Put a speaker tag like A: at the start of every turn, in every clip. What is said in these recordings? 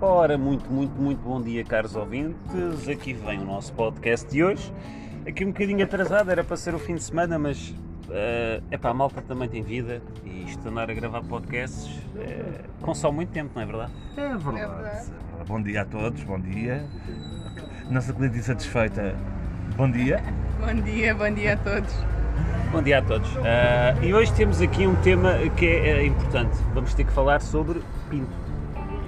A: Ora, muito, muito, muito bom dia, caros ouvintes. Aqui vem o nosso podcast de hoje. Aqui um bocadinho atrasado, era para ser o fim de semana, mas é epá, a malta também tem vida e isto andar a gravar podcasts eh, consome muito tempo, não é verdade?
B: É verdade.
C: É verdade.
B: Bom dia a todos, bom dia. Nossa cliente insatisfeita, bom dia.
C: Bom dia, bom dia a todos.
A: Bom dia a todos. Ah, e hoje temos aqui um tema que é, eh, importante. Vamos ter que falar sobre pinto.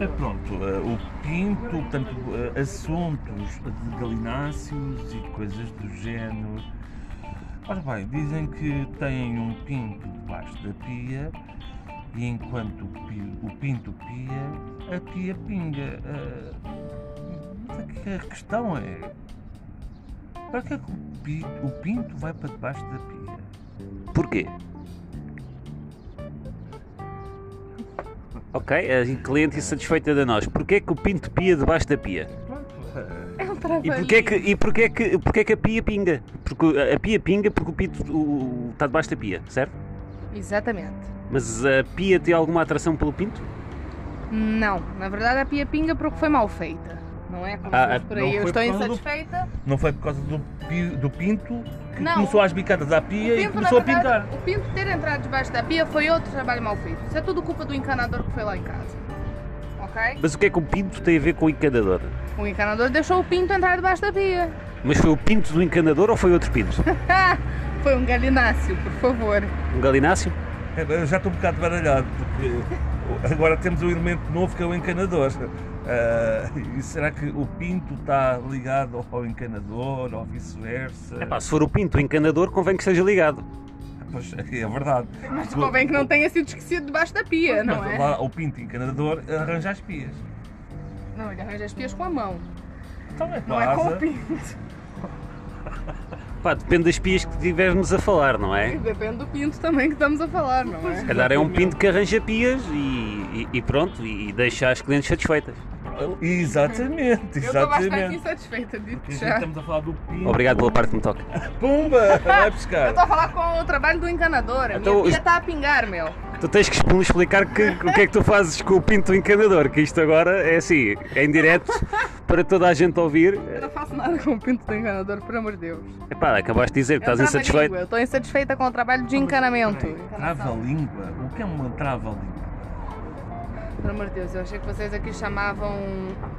B: Eh, Pronto, eh, o Pinto, portanto, eh, assuntos de galináceos e coisas do género. Ora bem, dizem que têm um pinto debaixo da pia e enquanto o pi- o pinto pia, a pia pinga. Eh, mas é que A questão é, para que é que o pi- o pinto vai para debaixo da pia?
A: Porquê? Ok, a cliente insatisfeita de nós. Porquê que o pinto pia debaixo da pia?
B: Pronto, eh,
C: É um
A: E
C: trabalho.
A: porquê que, e porquê que, porquê que a pia pinga? Porque o- a pia pinga porque o pinto o- o- está debaixo da pia, certo?
C: Exatamente.
A: Mas a pia tem alguma atração pelo pinto?
C: Não, na verdade a pia pinga porque foi mal feita. Não é como
A: Ah,
C: se
A: ah,
C: fosse por
B: não
C: aí. Eu
B: foi
C: estou
B: por causa do-
C: insatisfeita.
B: Não foi por causa do, pi- do pinto que
C: Não.
B: começou às bicadas à
C: O
B: pia e
C: pinto, na
B: começou a pintar.
C: verdade, O pinto ter entrado debaixo da pia foi outro trabalho mal feito. Isso é tudo culpa do encanador que foi lá em casa. Ok?
A: Mas o que é que o pinto tem a ver com o encanador?
C: O encanador deixou o pinto entrar debaixo da pia.
A: Mas foi o pinto do encanador ou foi outro pinto?
C: Ah, foi um galináceo, por favor.
A: Um galináceo?
B: Eu já estou um bocado baralhado, porque agora temos um elemento novo que é o encanador. Ah, e será que o pinto está ligado ao encanador ou vice-versa?
A: Epá, se for o pinto do encanador, convém que seja ligado.
B: Pois, é verdade.
C: Mas convém que não tenha sido esquecido debaixo da pia, não
B: Mas
C: é?
B: Lá, o pinto encanador arranja as pias.
C: Não, ele arranja as pias com a mão.
B: Então é
C: Não é com
B: asa.
C: o pinto.
A: Pá, depende das pias que tivermos a falar, não é?
C: Depende do pinto também que estamos a falar, não é?
A: Se calhar é um pinto que arranja pias e, e- e pronto, e deixa as clientes satisfeitas.
B: Exatamente,
C: Eu estou bastante
B: exatamente.
C: insatisfeita, digo
B: Porque
C: já. Eu
B: Estamos a falar do pinto.
A: Obrigado pela parte que me toca.
B: Pumba! Vai buscar.
C: estou a falar com o trabalho do encanador. A
A: Então,
C: minha
A: isto-
C: filha está a pingar, meu.
A: Tu tens que expl- explicar que- o que é que tu fazes com o pinto encanador, que isto agora é assim, é em direto, para toda a gente ouvir.
C: Eu não faço nada com o pinto do encanador, por amor de Deus.
A: Epá, acabaste de dizer que estás
C: Eu trava a
A: insatisfeito.
C: língua, Eu estou insatisfeita com o trabalho de encanamento.
A: Ah,
B: Trava-língua? O que é uma trava-língua?
C: Pelo amor de Deus, eu achei que vocês aqui chamavam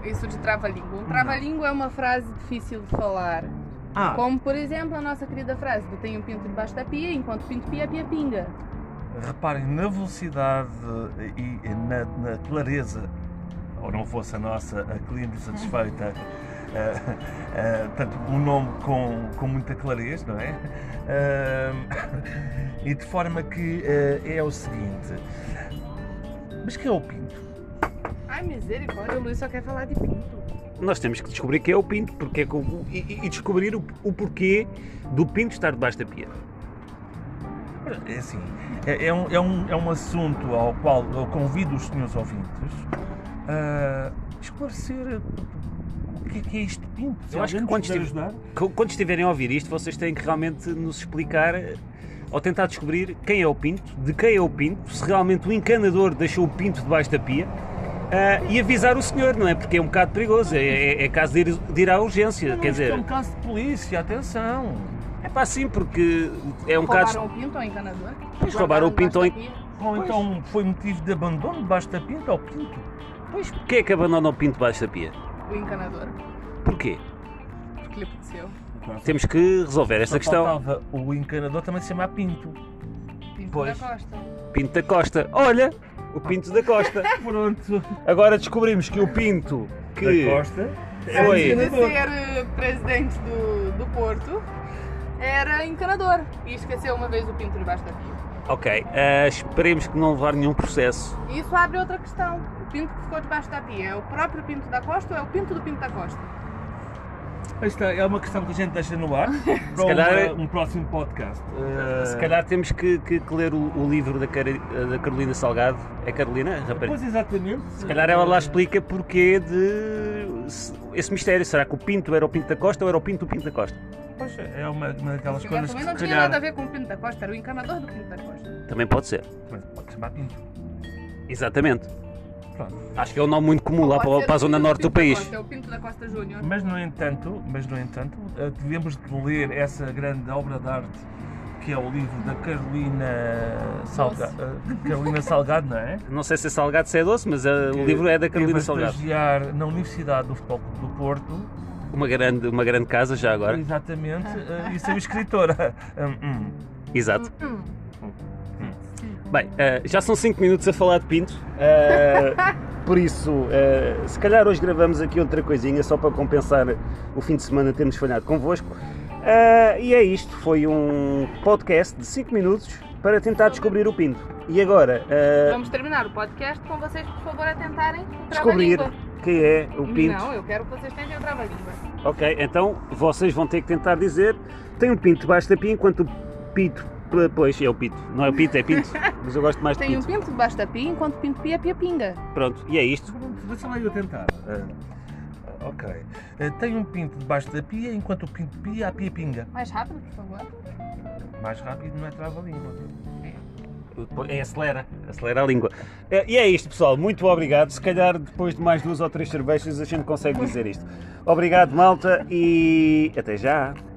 C: isso de trava-língua. Um trava-língua é uma frase difícil de falar.
B: Ah,
C: Como, por exemplo, a nossa querida frase do tem um pinto debaixo da pia, enquanto pinto pia, a pia pinga.
B: reparem na velocidade e na, na clareza, ou não fosse a nossa, a cliente satisfeita, tanto eh, um nome com, com muita clareza, não é? Ah, e de forma que ah, é o seguinte. Mas que é o pinto?
C: Ai, misericórdia, o Luís só quer falar de pinto.
A: Nós temos que descobrir que é o pinto, porque é que o- e, e- e descobrir o, o porquê do pinto estar debaixo da pia.
B: É assim, é, é um, é, um, é um assunto ao qual eu convido os senhores ouvintes eh, a esclarecer o que é, que é isto de pinto. Se
A: Eu acho que
B: alguém nos
A: quando
B: puder
A: estive-
B: ajudar.
A: Co- Quando estiverem a ouvir isto, vocês têm que realmente nos explicar eh, ou tentar descobrir quem é o pinto, de quem é o pinto, se realmente o encanador deixou o pinto debaixo da pia. ah, e avisar o senhor, não é? Porque é um bocado perigoso, é, é- é caso de ir, de ir à urgência,
B: Não,
A: quer
B: isto
A: dizer.
B: é um caso de polícia, atenção.
A: É pá, sim, porque é um bocado.
C: Roubaram o pinto ao encanador?
A: Eles roubaram o pinto ao en-
C: encanador.
B: Ou
A: Pois.
B: então foi motivo de abandono debaixo da pinta ou pinto?
A: Pois porquê é que abandona o pinto debaixo da pia?
C: O encanador,
A: Porquê?
C: porque lhe apeteceu.
A: Temos que resolver esta
B: Só
A: questão.
B: faltava o encanador também se chamar pinto.
C: Pinto
A: Pois.
C: da Costa.
A: Pinto da Costa. Olha, o pinto da Costa.
B: Pronto.
A: Agora descobrimos que o pinto que
B: Da Costa.
A: Foi.
C: Antes de ser eh, presidente do, do Porto, era encanador. E esqueceu uma vez o pinto debaixo da pia.
A: Ok, ah, esperemos que não levar nenhum processo.
C: E isso abre outra questão. O pinto que ficou debaixo da pia é o próprio pinto da Costa ou é o pinto do pinto da Costa?
B: Aí está, é uma questão que a gente deixa no ar para
A: calhar- é-
B: uma- um próximo podcast. Eh,
A: Se calhar temos que, que- que ler o, o livro da, Cari- eh, da Carolina Salgado. É Carolina, rapaz?
B: Pois exatamente.
A: Se calhar ela lá explica porquê de se- esse mistério. Será que o pinto era o pinto da Costa ou era o pinto do pinto da Costa?
B: Pois é, é uma, uma daquelas
C: Porque
B: coisas que
C: também não
B: se
C: tinha
B: calhar.
C: nada a ver com o pinto da Costa, era o encanador do pinto da Costa.
A: Também pode ser.
B: Mas pode chamar pinto.
A: Exatamente.
B: Pronto.
A: Acho que é um nome muito comum lá
C: Pode
A: para,
C: ser
A: para a
C: o
A: zona
C: Pinto
A: norte do
C: da
A: país.
C: Costa, É o Pinto da Costa Júnior.
B: Mas no entanto, mas no entanto, eh, tivemos de ler essa grande obra de arte que é o livro da Carolina Salgado, Carolina Salgado, não é?
A: Não sei se é Salgado se é doce, mas eh,
B: Que
A: o livro é da
B: teve a
A: Carolina Salgado.
B: estagiar na Universidade do Futebol Clube do Porto
A: Uma grande, uma grande casa já
B: Hum.
A: agora.
B: Exatamente, eh, e saiu escritora. Hum, hum.
A: Exato.
C: Hum.
A: Bem, eh, já são 5 minutos a falar de Pinto. eh, por isso, eh, se calhar hoje gravamos aqui outra coisinha só para compensar o fim de semana termos falhado convosco. Eh, e é isto, foi um podcast de 5 minutos para tentar descobrir o Pinto. E agora, eh,
C: Vamos terminar o podcast com vocês, por favor, a tentarem o
A: descobrir
C: trava-língua.
A: quem é o Pinto.
C: Não, eu quero que vocês tentem o trava-língua.
A: Ok, então vocês vão ter que tentar dizer tem um pinto debaixo da pia enquanto o pito p- pois é o pito, não é o pito, é pinto mas eu gosto mais de
C: Tem um
A: pinto,
C: pinto debaixo da pia, enquanto o pinto pia, pia pinga.
A: pronto, e é isto
B: Pronto, Deixa lá eu tentar. Ah, ok. Ah, tem um pinto debaixo da pia, enquanto o pinto pia, a pia pinga.
C: Mais rápido, por favor.
B: Mais rápido não é trava-língua.
A: é acelera, acelera a língua É, e é isto pessoal, muito obrigado se calhar depois de mais duas ou três cervejas a gente consegue dizer isto obrigado malta e até já